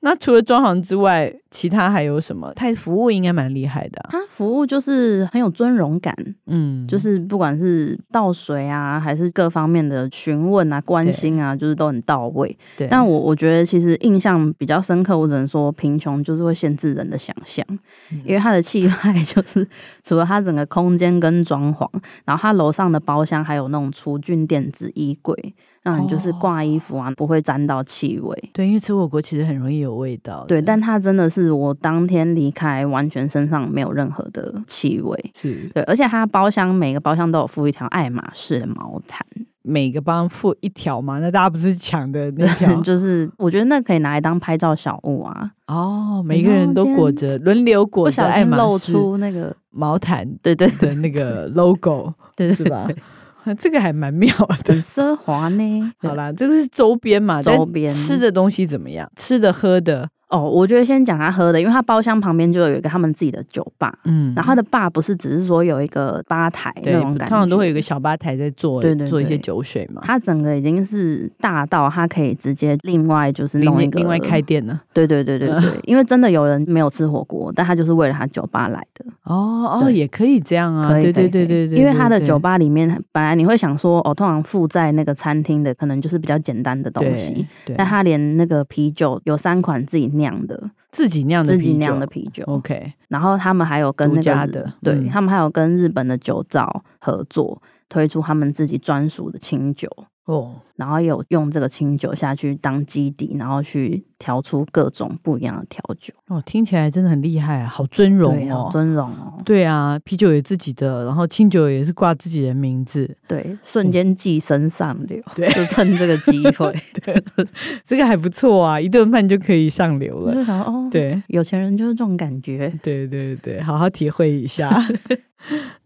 Speaker 3: 那除了装潢之外，其他还有什么？它服务应该蛮厉害的啊、
Speaker 4: 它服务就是很有尊荣感，
Speaker 3: 嗯，
Speaker 4: 就是不管是倒水啊，还是各方面的询问啊、关心啊，就是都很到位。
Speaker 3: 对，
Speaker 4: 但我我觉得其实印象比较深刻，我只能说贫穷就是会限制人的想象，
Speaker 3: 嗯
Speaker 4: 因为它的气派就是 除了它整个空间跟装潢，然后它楼上的包厢还有那种除菌电子衣柜，让
Speaker 3: 哦
Speaker 4: 你就是挂衣服啊、不会沾到气味。
Speaker 3: 对，因为吃火锅其实很容易有味道的，
Speaker 4: 对，但它真的是我当天离开，完全身上没有任何的气味。
Speaker 3: 是
Speaker 4: 对，而且它包厢每个包厢都有附一条爱马仕的毛毯，
Speaker 3: 每个帮付一条嘛，那大家不是抢的那条
Speaker 4: 就是我觉得那可以拿来当拍照小物啊。
Speaker 3: 哦，每个人都裹着轮流裹
Speaker 4: 不
Speaker 3: 着
Speaker 4: 小
Speaker 3: 爱
Speaker 4: 心
Speaker 3: 马
Speaker 4: 露
Speaker 3: 仕
Speaker 4: 出那个，
Speaker 3: 毛毯
Speaker 4: 对对
Speaker 3: 的那个 logo
Speaker 4: 对对
Speaker 3: 是吧？ 这个还蛮妙的。
Speaker 4: 很奢华呢。
Speaker 3: 好啦，这个是周边嘛，但
Speaker 4: 周边
Speaker 3: 吃的东西怎么样？吃的喝的，
Speaker 4: 哦，我觉得先讲他喝的，因为他包厢旁边就有一个他们自己的酒吧，
Speaker 3: 嗯
Speaker 4: 然后他的爸不是只是说有一个吧台
Speaker 3: 对，
Speaker 4: 那种
Speaker 3: 通
Speaker 4: 感觉，
Speaker 3: 常都会有一个小吧台在做
Speaker 4: 对对
Speaker 3: 做一些
Speaker 4: 对
Speaker 3: 酒水嘛。
Speaker 4: 它整个已经是大到它可以直接另外就是
Speaker 3: 另
Speaker 4: 弄
Speaker 3: 外
Speaker 4: 一个
Speaker 3: 另外开嗯店呢？
Speaker 4: 对对对对对，因为真的有人没有吃火锅，但他就是为了他酒吧来的，
Speaker 3: 哦哦，
Speaker 4: 对
Speaker 3: 也可以这样啊，
Speaker 4: 可以
Speaker 3: 对对
Speaker 4: 可以
Speaker 3: 对对对，
Speaker 4: 因为他的
Speaker 3: 对
Speaker 4: 酒吧里面本来你会想说哦，通常附在那个餐厅的可能就是比较简单的东西，，
Speaker 3: 对对
Speaker 4: 但他连那个啤酒有三款自己酿的，
Speaker 3: 自己酿的
Speaker 4: 自
Speaker 3: 啤酒，
Speaker 4: 己酿的啤酒，
Speaker 3: ，OK，
Speaker 4: 然后他们还有跟
Speaker 3: 独
Speaker 4: 那个
Speaker 3: 家
Speaker 4: 日
Speaker 3: 的
Speaker 4: 对、
Speaker 3: 嗯
Speaker 4: 他们还有跟日本的酒造合作，推出他们自己专属的清酒。
Speaker 3: 哦，
Speaker 4: 然后有用这个清酒下去当基底，然后去调出各种不一样的调酒，
Speaker 3: 哦，听起来真的很厉害啊，好尊
Speaker 4: 对
Speaker 3: 荣
Speaker 4: 啊，
Speaker 3: 哦。
Speaker 4: 尊荣哦，
Speaker 3: 对啊，啤酒有自己的，然后清酒也是挂自己的名 字，
Speaker 4: 对，瞬间寄生上流，
Speaker 3: 嗯 对
Speaker 4: 就趁这个机会，
Speaker 3: 这个还不错啊，一顿饭就可以上流
Speaker 4: 我
Speaker 3: 了。
Speaker 4: 就想说 哦，，
Speaker 3: 对，
Speaker 4: 有钱人就是这种感觉，
Speaker 3: 对对对，好好体会一下。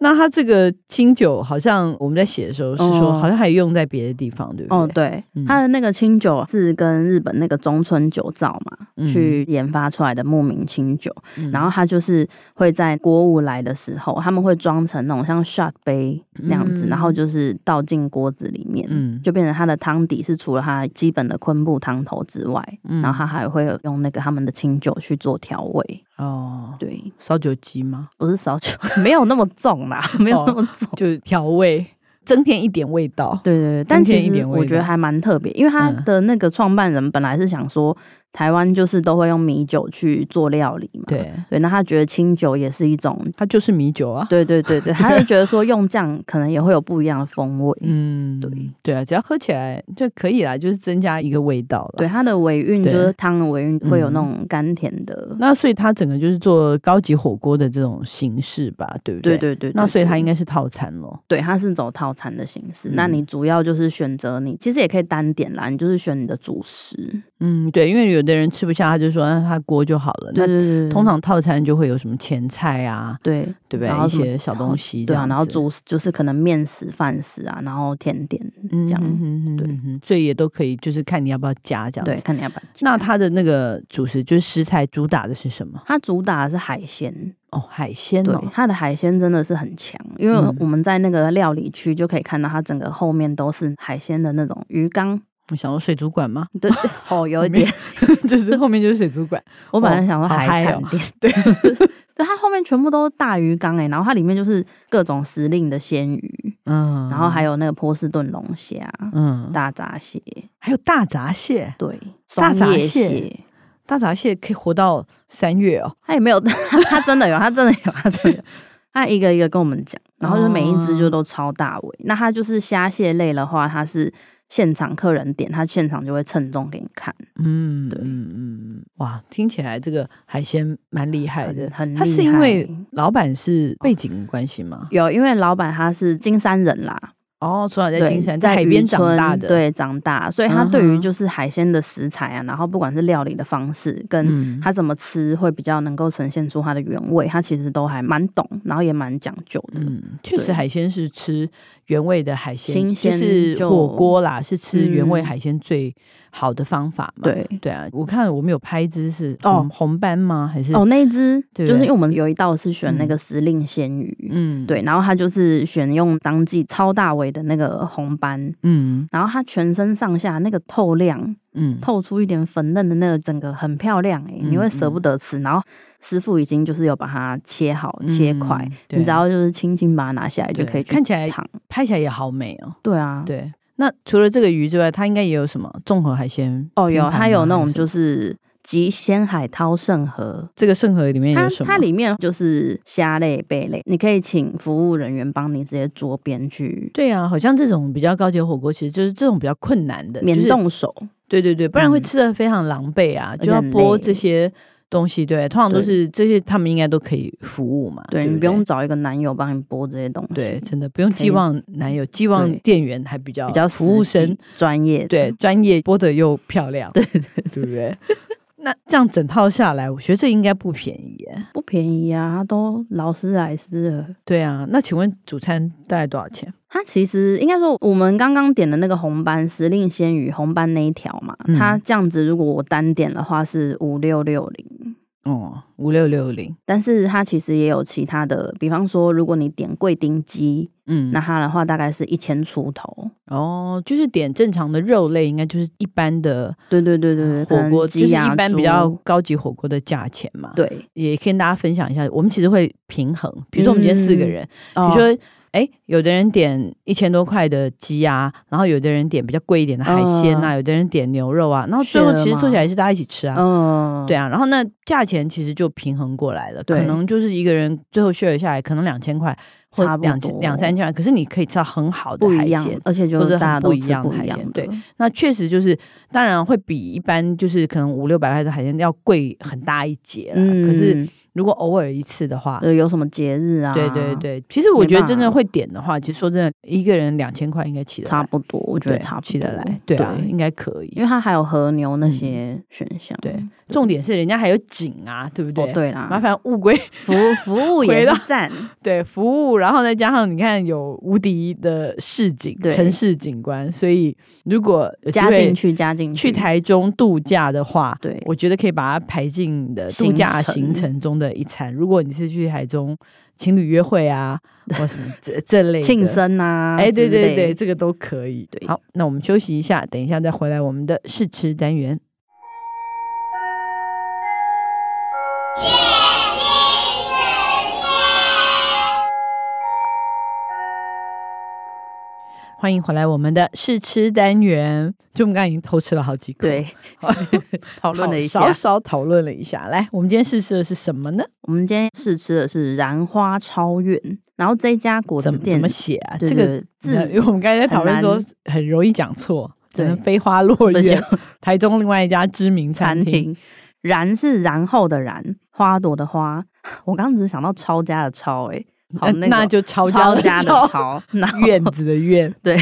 Speaker 3: 那它这个清酒，好像我们在写的时候是说，
Speaker 4: 哦
Speaker 3: 好像还用在别的地方，对不对？
Speaker 4: 哦，对
Speaker 3: 嗯，
Speaker 4: 他的那个清酒是跟日本那个中村酒造嘛、
Speaker 3: 嗯
Speaker 4: 去研发出来的牧民清酒，
Speaker 3: 嗯
Speaker 4: 然后他就是会在锅物来的时候，他们会装成那种像 shot 杯那样子，
Speaker 3: 嗯
Speaker 4: 然后就是倒进锅子里面，
Speaker 3: 嗯
Speaker 4: 就变成它的汤底是除了它基本的昆布汤头之外，
Speaker 3: 嗯
Speaker 4: 然后它还会有用那个他们的清酒去做调味。
Speaker 3: 哦，
Speaker 4: 对，
Speaker 3: 烧酒鸡吗？
Speaker 4: 不是 烧酒，没有那么重啦，
Speaker 3: 哦
Speaker 4: 没有那么重。
Speaker 3: 就调味，增添一点味道。
Speaker 4: 对对对，但
Speaker 3: 增添
Speaker 4: 其
Speaker 3: 一
Speaker 4: 实
Speaker 3: 点味
Speaker 4: 我觉得
Speaker 3: 道
Speaker 4: 还蛮特别，因为他
Speaker 3: 嗯
Speaker 4: 的那个创办人本来是想说，台湾就是都会用米酒去做料理嘛。
Speaker 3: 对，
Speaker 4: 对，那他觉得清酒也是一种，
Speaker 3: 它就是米酒啊。
Speaker 4: 对对对对，他就觉得说用酱可能也会有不一样的风味。
Speaker 3: 嗯，
Speaker 4: 对
Speaker 3: 对啊，只要喝起来就可以啦，就是增加一个味道了。
Speaker 4: 对，，它的尾韵就
Speaker 3: 对
Speaker 4: 是汤的尾韵会有
Speaker 3: 嗯
Speaker 4: 那种甘甜的。
Speaker 3: 那所以它整个就是做高级火锅的这种形式吧，对不
Speaker 4: 对
Speaker 3: 对？
Speaker 4: 对对，嗯
Speaker 3: 那所以它应
Speaker 4: 该。
Speaker 3: 该是套餐咯。
Speaker 4: 对，它是走套餐的形式。
Speaker 3: 嗯
Speaker 4: 那你主要就是选择你，其实也可以单点啦，你就是选你的主食。
Speaker 3: 嗯，对，因为有的人吃不下，他就说那他锅就好了。那
Speaker 4: 对对对，对
Speaker 3: 通常套餐就会有什么前菜啊，
Speaker 4: 对
Speaker 3: 对不
Speaker 4: 然
Speaker 3: 对？
Speaker 4: 后
Speaker 3: 一
Speaker 4: 什么
Speaker 3: 些小东西这
Speaker 4: 对啊，
Speaker 3: 样子，
Speaker 4: 然后主食就是可能面食、饭食啊，然后甜点
Speaker 3: 嗯
Speaker 4: 这样。
Speaker 3: 哼哼哼
Speaker 4: 对
Speaker 3: 哼哼所以也都可以，就是看你要不要加这样
Speaker 4: 对，
Speaker 3: 子。
Speaker 4: 看你要不要加。
Speaker 3: 那它的那个主食就是食材主打的是什么？
Speaker 4: 它主打的是海鲜，
Speaker 3: 哦，海鲜
Speaker 4: 对
Speaker 3: 哦，，
Speaker 4: 它的海鲜真的是很强，因为
Speaker 3: 嗯
Speaker 4: 我们在那个料理区就可以看到，它整个后面都是海鲜的那种鱼缸。
Speaker 3: 我想说水族馆 吗？
Speaker 4: 对，哦，有一点，
Speaker 3: 就是后面就是水族馆，
Speaker 4: 我本来想说
Speaker 3: 好
Speaker 4: 海
Speaker 3: 嗨
Speaker 4: 产
Speaker 3: 哦
Speaker 4: 店，对，对，它后面全部都是大鱼缸哎、然后它里面就是各种时令的鲜鱼，
Speaker 3: 嗯，
Speaker 4: 然后还有那个波士顿龙虾、
Speaker 3: 嗯，
Speaker 4: 大闸蟹，
Speaker 3: 还有大闸蟹，
Speaker 4: 对，
Speaker 3: 大
Speaker 4: 松
Speaker 3: 闸
Speaker 4: 叶
Speaker 3: 蟹大闸蟹可以活到三月哦。
Speaker 4: 它也没有， 它它真的有，它真的有，它真的有，它一个一个跟我们讲，然后就是每一只就
Speaker 3: 哦
Speaker 4: 都超大尾。那它就是虾蟹类的话，它是现场客人点，它现场就会称重给你看，
Speaker 3: 嗯，
Speaker 4: 对
Speaker 3: 嗯嗯，嗯哇，听起来这个海鲜蛮厉害的
Speaker 4: 很。很厉
Speaker 3: 它
Speaker 4: 害。
Speaker 3: 哎是因为老板是背景关系吗？
Speaker 4: 有，因为老板他是金山人啦，
Speaker 3: 哦，从小在
Speaker 4: 对
Speaker 3: 金山，
Speaker 4: 在
Speaker 3: 在海边
Speaker 4: 渔
Speaker 3: 长大
Speaker 4: 村
Speaker 3: 的，，
Speaker 4: 对，长大，所以他对
Speaker 3: 嗯
Speaker 4: 于
Speaker 3: 哼
Speaker 4: 就是海鲜的食材啊，然后不管是料理的方式跟
Speaker 3: 嗯，
Speaker 4: 他怎么吃，会比较能够呈现出它的原味，他其实都还蛮懂，然后也蛮讲究的。
Speaker 3: 嗯，确实
Speaker 4: 对
Speaker 3: 海鲜是吃原味的海鲜，
Speaker 4: 新鲜
Speaker 3: 就是
Speaker 4: 就
Speaker 3: 火锅啦，是吃原味
Speaker 4: 嗯
Speaker 3: 海鲜最好的方法嘛。
Speaker 4: 对，
Speaker 3: 对啊，我看我们有拍一只是
Speaker 4: 哦
Speaker 3: 红红斑吗？还是
Speaker 4: 哦，那一只
Speaker 3: 对
Speaker 4: 就
Speaker 3: 不
Speaker 4: 是因
Speaker 3: 对
Speaker 4: 为我们有一道是选那
Speaker 3: 嗯
Speaker 4: 个时令鲜鱼，
Speaker 3: 嗯，
Speaker 4: 对，然后他就是选用当季超大尾的那个红斑。
Speaker 3: 嗯
Speaker 4: 然后它全身上下那个透亮，
Speaker 3: 嗯，
Speaker 4: 透出一点粉嫩的那个，整个很漂亮哎、你会
Speaker 3: 嗯
Speaker 4: 舍不得吃。然后师傅已经就是有把它切好、切块，
Speaker 3: 嗯，对
Speaker 4: 你只要就是轻轻把它拿下来就
Speaker 3: 对
Speaker 4: 可以去
Speaker 3: 看起来
Speaker 4: 烫。
Speaker 3: 拍起来也好美哦。
Speaker 4: 对啊，
Speaker 3: 对，那除了这个鱼之外，它应该也有什么综合海鲜
Speaker 4: 哦
Speaker 3: 拼
Speaker 4: 有，
Speaker 3: 盘吗
Speaker 4: 它有那
Speaker 3: 还
Speaker 4: 种
Speaker 3: 是什
Speaker 4: 就
Speaker 3: 么
Speaker 4: 是极鲜海涛盛和。
Speaker 3: 这个盛盒里面
Speaker 4: 它
Speaker 3: 有什么？
Speaker 4: 它里面就是虾类、贝类，你可以请服务人员帮你直接桌边去
Speaker 3: 对啊，好像这种比较高级的火锅，其实就是这种比较困难的，
Speaker 4: 免
Speaker 3: 就是啊
Speaker 4: 动手，
Speaker 3: 对对对，不然会
Speaker 4: 嗯
Speaker 3: 吃的非常狼狈啊，
Speaker 4: 而
Speaker 3: 就
Speaker 4: 且
Speaker 3: 要
Speaker 4: 很
Speaker 3: 剥
Speaker 4: 累
Speaker 3: 这些东西。对，通常都
Speaker 4: 对
Speaker 3: 是这些，他们应该都可以服务嘛。
Speaker 4: 对
Speaker 3: 对
Speaker 4: 你
Speaker 3: 不
Speaker 4: 不
Speaker 3: 对
Speaker 4: 用找一个男友帮你剥这些东西，
Speaker 3: 对，真的不用
Speaker 4: 可
Speaker 3: 寄
Speaker 4: 以
Speaker 3: 望男友，寄望
Speaker 4: 对
Speaker 3: 店员还比较
Speaker 4: 比较
Speaker 3: 服务
Speaker 4: 实际
Speaker 3: 生，
Speaker 4: 专业 的，
Speaker 3: 对专业，剥的又漂亮，对对对不对？那这样整套下来，我觉得这应该不便宜耶。
Speaker 4: 不便宜啊，它都劳斯莱斯了。
Speaker 3: 对啊，那请问主餐大概多少钱？
Speaker 4: 它其实应该说，我们刚刚点的那个红斑时令鲜鱼红斑那一条嘛，
Speaker 3: 嗯
Speaker 4: 它这样子如果我单点的话是五六六零，
Speaker 3: 哦，五六六零。
Speaker 4: 但是它其实也有其他的，比方说如果你点贵丁鸡，
Speaker 3: 嗯
Speaker 4: 那它的话大概是一千出头。
Speaker 3: 哦，就是点正常的肉类，应该就是一般的
Speaker 4: 对对对对对，可
Speaker 3: 嗯火
Speaker 4: 能
Speaker 3: 锅，就是
Speaker 4: 鸡啊
Speaker 3: 一般比较
Speaker 4: 猪
Speaker 3: 高级火锅的价钱嘛。，
Speaker 4: 对。
Speaker 3: 也可以跟大家分享一下，我们其实会平衡，比如说我们今天四个
Speaker 4: 嗯
Speaker 3: 人，
Speaker 4: 哦
Speaker 3: 比如说，哎，有的人点一千多块的鸡啊，然后有的人点比较贵一点的海鲜啊呐、有的人点牛肉啊，然后最后
Speaker 4: Share
Speaker 3: 其实
Speaker 4: 嗯嘛
Speaker 3: 凑起来是大家一起吃啊。
Speaker 4: 嗯，
Speaker 3: 对啊，然后那价钱其实就平衡过来了，可
Speaker 4: 对
Speaker 3: 能就是一个人最后 share 下来，可能两千块或
Speaker 4: 差不
Speaker 3: 两千
Speaker 4: 多
Speaker 3: 两三千块，可是你可以吃到很好的
Speaker 4: 不
Speaker 3: 海
Speaker 4: 一样
Speaker 3: 鲜，，
Speaker 4: 而且就
Speaker 3: 或者
Speaker 4: 是
Speaker 3: 很
Speaker 4: 大家
Speaker 3: 不
Speaker 4: 都
Speaker 3: 一
Speaker 4: 吃
Speaker 3: 样的
Speaker 4: 不
Speaker 3: 海
Speaker 4: 一
Speaker 3: 鲜
Speaker 4: 样的，
Speaker 3: 对啊那确实就是，当然会比一般就是可能五六百块的海鲜要贵很大一截了。可是
Speaker 4: 嗯
Speaker 3: 如果偶尔一次的话，
Speaker 4: 呃有什么节日啊？
Speaker 3: 对对，对，其实我
Speaker 4: 没
Speaker 3: 觉得
Speaker 4: 办
Speaker 3: 真的
Speaker 4: 法
Speaker 3: 会点的话，其实说真的，一个人两千块应该起得来，
Speaker 4: 差不多，我觉得
Speaker 3: 对
Speaker 4: 差不
Speaker 3: 起
Speaker 4: 多
Speaker 3: 得来，对啊，应该可
Speaker 4: 因
Speaker 3: 以。
Speaker 4: 为它还有和牛那些选项。
Speaker 3: 对，重点是人家还有景啊，对不对？
Speaker 4: 哦对
Speaker 3: 麻
Speaker 4: 啦，
Speaker 3: 烦物归
Speaker 4: 服务服务
Speaker 3: 回
Speaker 4: 也
Speaker 3: 到
Speaker 4: 是赞，
Speaker 3: 对服务，然后再加上你看有无敌的市景、
Speaker 4: 对
Speaker 3: 城市景观，所以如果有机
Speaker 4: 加
Speaker 3: 会
Speaker 4: 进去加进
Speaker 3: 去台中度假的话，
Speaker 4: 对
Speaker 3: 我觉得可以把它排进你的度假行程中的一餐。如果你是去台中情侣约会啊，或什么这这类的
Speaker 4: 庆生啊，
Speaker 3: 哎，对
Speaker 4: 之
Speaker 3: 对
Speaker 4: 类
Speaker 3: 对，，这个都可以。
Speaker 4: 对
Speaker 3: 好，那我们休息一下，等一下再回来我们的试吃单元。欢迎回来，我们的试吃单元，就我们刚刚已经偷吃了好几口，
Speaker 4: 对，
Speaker 3: 讨
Speaker 4: 论了一下
Speaker 3: 稍稍讨论了一下。来，我们今天试吃的是什么呢？
Speaker 4: 我们今天试吃的是燃花超远，然后这一家果
Speaker 3: 怎
Speaker 4: 子
Speaker 3: 么怎
Speaker 4: 店
Speaker 3: 么，写啊？
Speaker 4: 对
Speaker 3: 这个你 看因为
Speaker 4: 对字
Speaker 3: 我们刚才在讨论
Speaker 4: 很
Speaker 3: 说
Speaker 4: 难
Speaker 3: 很容易讲错，可能
Speaker 4: 对
Speaker 3: 飞花 落
Speaker 4: 不是
Speaker 3: 月
Speaker 4: 讲，
Speaker 3: 台中另外一家知名餐
Speaker 4: 餐
Speaker 3: 厅。
Speaker 4: 厅。燃是然后的燃，花朵的花。 我刚刚只是想到抄家的抄，哎，好
Speaker 3: 呃
Speaker 4: 个
Speaker 3: 那就抄
Speaker 4: 抄
Speaker 3: 家
Speaker 4: 家
Speaker 3: 的
Speaker 4: 的
Speaker 3: 抄
Speaker 4: 抄，然后
Speaker 3: 院子的院，
Speaker 4: 对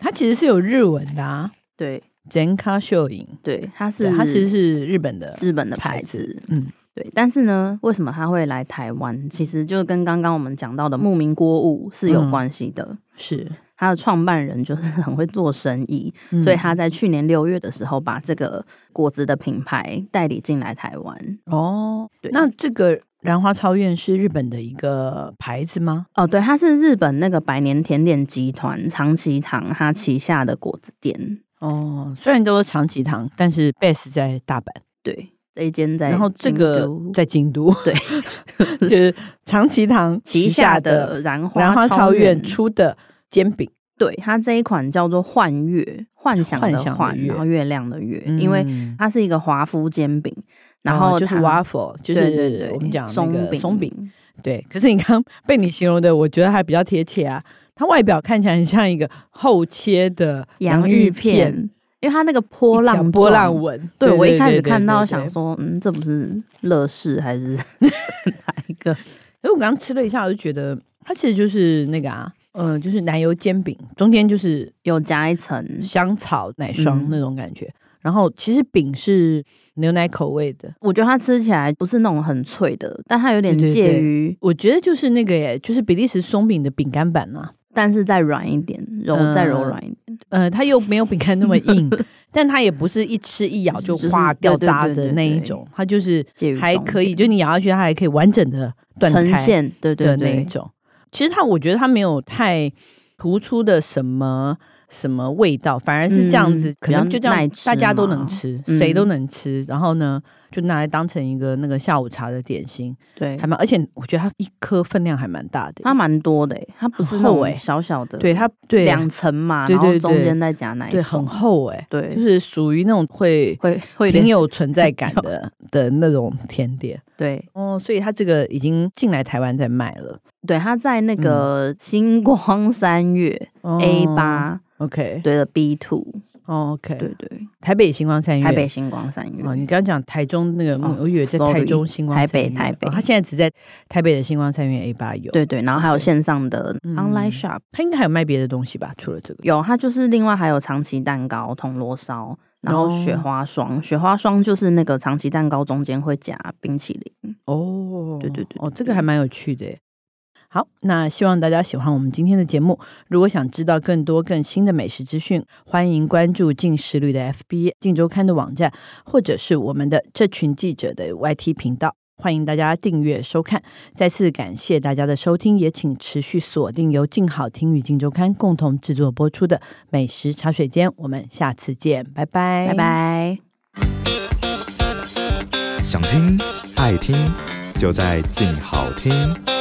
Speaker 3: 它其实是有日文的啊
Speaker 4: 对
Speaker 3: ，Zenka 秀影，
Speaker 4: 对，它是
Speaker 3: 对，它其实是日本的
Speaker 4: 日本的
Speaker 3: 牌
Speaker 4: 牌子，
Speaker 3: 嗯，
Speaker 4: 对，但是呢，为什么他会来台湾？其实就跟刚刚我们讲到的牧民锅物是有
Speaker 3: 嗯
Speaker 4: 关系的。
Speaker 3: 是，
Speaker 4: 他的创办人就是 很会做生意，所以
Speaker 3: 嗯
Speaker 4: 他在去年六月的时候把这个果子的品牌代理进来台湾。
Speaker 3: 哦
Speaker 4: 对，
Speaker 3: 那这个兰花超院是日本的一个牌子吗？
Speaker 4: 哦，对，它是日本那个百年甜点集团长崎堂它旗下的果子店。
Speaker 3: 哦，虽然都是长崎堂，但是 base 在大阪，
Speaker 4: 对，这一间在
Speaker 3: 然后这个
Speaker 4: 京都
Speaker 3: 在京都，
Speaker 4: 对，
Speaker 3: 就是长崎堂
Speaker 4: 旗下
Speaker 3: 下
Speaker 4: 的燃花
Speaker 3: 兰花超
Speaker 4: 院
Speaker 3: 院出的煎饼，
Speaker 4: 对它这一款叫做幻月，幻想
Speaker 3: 幻
Speaker 4: 的
Speaker 3: 想的
Speaker 4: 幻，
Speaker 3: 月
Speaker 4: 然后月亮的月，因为
Speaker 3: 嗯
Speaker 4: 它是一个华夫煎饼，然后
Speaker 3: 哦就是
Speaker 4: 它
Speaker 3: waffle，就
Speaker 4: 对对
Speaker 3: 是
Speaker 4: 对
Speaker 3: 我们讲那
Speaker 4: 松
Speaker 3: 个
Speaker 4: 饼
Speaker 3: 松饼。，对，可是你刚被你形容的，我觉得还比较贴切啊。它外表看起来很像一个厚切的
Speaker 4: 洋
Speaker 3: 芋
Speaker 4: 芋片，，因为它那个波
Speaker 3: 一
Speaker 4: 浪
Speaker 3: 条波
Speaker 4: 状
Speaker 3: 浪。纹。
Speaker 4: 对我一开始
Speaker 3: 对
Speaker 4: 看到
Speaker 3: 对对
Speaker 4: 想
Speaker 3: 对
Speaker 4: 说，嗯，这不是乐事还是 哪一个？
Speaker 3: 可是我刚刚吃了一下，我就觉得它其实就是那个啊，呃，就是奶油煎饼，中间就是
Speaker 4: 有夹一层，
Speaker 3: 香草奶霜
Speaker 4: 嗯
Speaker 3: 那种感觉。然后其实饼是牛奶口味的，
Speaker 4: 我觉得它吃起来不是那种很脆的，但它有点
Speaker 3: 对对对
Speaker 4: 介于，
Speaker 3: 我觉得就是那个耶，就是比利时松饼的饼干版啊。
Speaker 4: 但是再软一点，柔
Speaker 3: 嗯
Speaker 4: 再柔软一点。
Speaker 3: 呃，它又没有饼干那么 硬，但它也不是一吃一咬就
Speaker 4: 就是
Speaker 3: 化掉
Speaker 4: 对对
Speaker 3: 渣
Speaker 4: 对
Speaker 3: 的
Speaker 4: 对
Speaker 3: 那一
Speaker 4: 对
Speaker 3: 种，它就是
Speaker 4: 介于
Speaker 3: 还
Speaker 4: 中
Speaker 3: 可以，
Speaker 4: 间
Speaker 3: 就你咬下去，它还可以完整的断
Speaker 4: 呈
Speaker 3: 开
Speaker 4: 现，对对
Speaker 3: 的那一
Speaker 4: 对，
Speaker 3: 种。其实它，我觉得它没有太突出的什么什么味道，反而是这样子，
Speaker 4: 嗯
Speaker 3: 可能
Speaker 4: 比较
Speaker 3: 就这样
Speaker 4: 耐，
Speaker 3: 大
Speaker 4: 吃
Speaker 3: 家都
Speaker 4: 嘛
Speaker 3: 能吃，谁都
Speaker 4: 嗯
Speaker 3: 能吃。然后呢，就拿来当成一个那个下午茶的点心，
Speaker 4: 对
Speaker 3: 还，蛮，而且我觉得它一颗分量还蛮大的。
Speaker 4: 它蛮多的欸，它不是
Speaker 3: 很
Speaker 4: 那
Speaker 3: 厚欸
Speaker 4: 种小小的，
Speaker 3: 对它对
Speaker 4: 两层嘛，
Speaker 3: 对
Speaker 4: 然后
Speaker 3: 对
Speaker 4: 中
Speaker 3: 对
Speaker 4: 间再夹奶
Speaker 3: 对
Speaker 4: 霜
Speaker 3: 很厚哎、
Speaker 4: 对，
Speaker 3: 就是属于那种会
Speaker 4: 会会有
Speaker 3: 挺
Speaker 4: 点
Speaker 3: 有存在感 的的那种甜点
Speaker 4: 对
Speaker 3: 哦，所以它这个已经进来台湾在卖了。
Speaker 4: 对，它在
Speaker 3: 嗯
Speaker 4: 那个星光三月
Speaker 3: 哦
Speaker 4: A 八
Speaker 3: ，OK，
Speaker 4: 对的 B two，
Speaker 3: 哦，OK，
Speaker 4: 对对，
Speaker 3: 台北星光三月，
Speaker 4: 台北星光三月
Speaker 3: 哦，你刚刚讲台中那个，
Speaker 4: 哦
Speaker 3: 我以为在
Speaker 4: sorry，
Speaker 3: 台中星光
Speaker 4: 台北
Speaker 3: 三月
Speaker 4: 台北
Speaker 3: 哦它现在只在台北的星光三月 A 八有，，
Speaker 4: 对对，然后还有
Speaker 3: OK
Speaker 4: 线上的
Speaker 3: 嗯
Speaker 4: online shop，
Speaker 3: 它应该还有卖别的东西吧？除了这个，
Speaker 4: 有它就是另外还有长崎蛋糕、铜锣烧，然后雪花霜，雪花霜就是那个长崎蛋糕中间会夹冰淇淋。
Speaker 3: 哦，
Speaker 4: 嗯对对对
Speaker 3: 哦，
Speaker 4: 对
Speaker 3: 这个还蛮有趣的耶。好，那希望大家喜欢我们今天的节目。如果想知道更多更新的美食资讯，欢迎关注进食旅的 FB、进周刊的网站，或者是我们的这群记者的 YT 频道。欢迎大家订阅收看。再次感谢大家的收听，也请持续锁定由静好听与静周刊共同制作播出的《美食茶水间》。我们下次见，拜拜，
Speaker 4: 拜拜。
Speaker 5: 想听爱听，就在静好听。